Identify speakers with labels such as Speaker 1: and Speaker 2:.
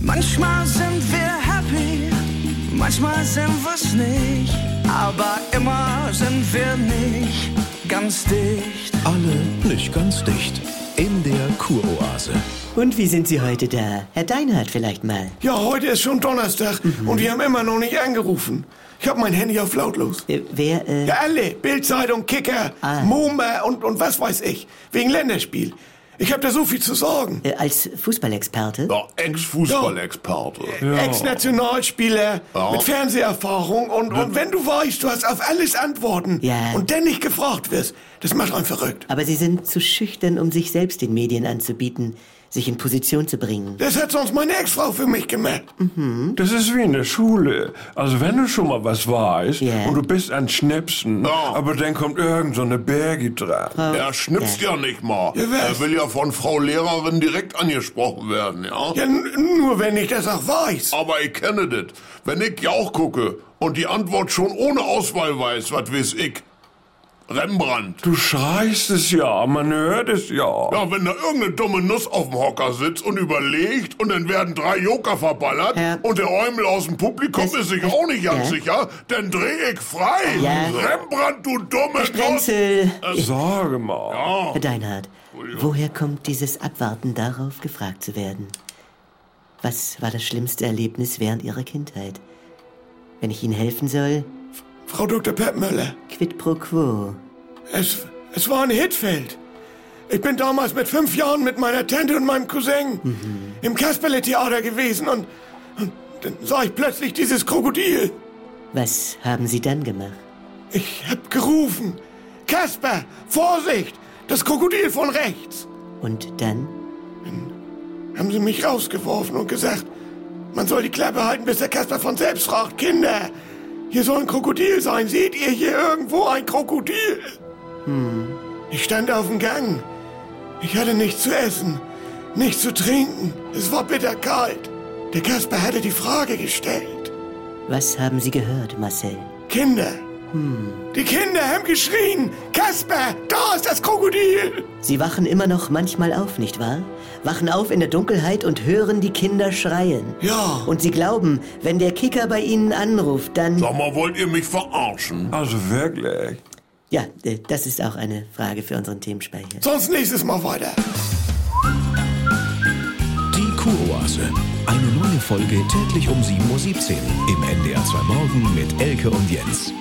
Speaker 1: Manchmal sind wir happy, manchmal sind wir's nicht, aber immer sind wir nicht ganz dicht.
Speaker 2: Alle nicht ganz dicht. In der Kuroase.
Speaker 3: Und wie sind Sie heute da? Herr Deinhardt vielleicht mal.
Speaker 4: Ja, heute ist schon Donnerstag
Speaker 5: Mhm.
Speaker 4: und die haben immer noch nicht angerufen. Ich habe mein Handy auf lautlos.
Speaker 3: Äh, wer, äh,
Speaker 4: Ja, alle. Bildzeitung, Kicker,
Speaker 3: Ah.
Speaker 4: MoMA und, und was weiß ich. Wegen Länderspiel. Ich habe da so viel zu sorgen.
Speaker 3: äh, als Fußballexperte?
Speaker 6: Ja, Ex-Fußballexperte.
Speaker 4: Ex-Nationalspieler
Speaker 6: Ja.
Speaker 4: mit Fernseherfahrung und, und wenn du weißt, du hast auf alles Antworten
Speaker 3: Ja.
Speaker 4: und dann nicht gefragt wirst, das macht einen verrückt.
Speaker 3: Aber Sie sind zu schüchtern, um sich selbst den Medien anzubieten, sich in Position zu bringen.
Speaker 4: Das hat sonst meine Ex-Frau für mich gemacht.
Speaker 5: Das ist wie in der Schule. Also wenn du schon mal was weißt
Speaker 3: Ja.
Speaker 5: und du bist an Schnipsen,
Speaker 6: Ja.
Speaker 5: aber dann kommt irgend so eine Bergi dran.
Speaker 3: Ah,
Speaker 6: Er schnipst ja. nicht mal.
Speaker 4: Ja, was?
Speaker 6: er will ja von Frau Lehrerin direkt angesprochen werden, ja?
Speaker 4: Ja, n- nur wenn ich das auch weiß.
Speaker 6: Aber ich kenne das. Wenn ich ja auch gucke und die Antwort schon ohne Auswahl weiß, was weiß ich? Rembrandt.
Speaker 5: Du schreist es ja, man hört es ja.
Speaker 6: Ja, wenn da irgendeine dumme Nuss auf dem Hocker sitzt und überlegt und dann werden drei Joker verballert
Speaker 3: Ja.
Speaker 6: und der Eumel aus dem Publikum
Speaker 3: Das-
Speaker 6: ist sich auch nicht
Speaker 3: Ja.
Speaker 6: ganz sicher, dann dreh ich frei.
Speaker 3: Ja.
Speaker 6: Rembrandt, du dumme Nuss.
Speaker 3: Brenzel!
Speaker 5: Sage mal.
Speaker 3: Herr Deinhardt, woher kommt dieses Abwarten darauf, gefragt zu werden? Was war das schlimmste Erlebnis während Ihrer Kindheit? Wenn ich Ihnen helfen soll,
Speaker 4: Frau Dr. Peppmüller.
Speaker 3: quid pro quo.
Speaker 4: Es, es war ein Hitfeld. Ich bin damals mit fünf Jahren mit meiner Tante und meinem Cousin im Kasperle-Theater gewesen und, und dann sah ich plötzlich dieses Krokodil.
Speaker 3: Was haben Sie dann gemacht?
Speaker 4: Ich hab gerufen. Kasper, Vorsicht! Das Krokodil von rechts!
Speaker 3: Und dann?
Speaker 4: Haben sie mich rausgeworfen und gesagt, man soll die Klappe halten, bis der Kasper von selbst fragt, Kinder, hier soll ein Krokodil sein. Seht ihr hier irgendwo ein Krokodil? Ich stand auf dem Gang. Ich hatte nichts zu essen, nichts zu trinken. Es war bitterkalt. Der Kasper hatte die Frage gestellt.
Speaker 3: Was haben Sie gehört, Marcel?
Speaker 4: Kinder. Die Kinder haben geschrien. Kasper, da ist das Krokodil.
Speaker 3: Sie wachen immer noch manchmal auf, nicht wahr? Wachen auf in der Dunkelheit und hören die Kinder schreien.
Speaker 4: Ja.
Speaker 3: Und sie glauben, wenn der Kicker bei ihnen anruft, dann...
Speaker 6: Sag mal, wollt ihr mich verarschen?
Speaker 5: Also wirklich.
Speaker 3: Ja, äh, das ist auch eine Frage für unseren Themenspeicher.
Speaker 4: Sonst nächstes Mal weiter.
Speaker 2: Die Kuroase. Eine neue Folge täglich um 7.17 Uhr im NDR 2 Morgen mit Elke und Jens.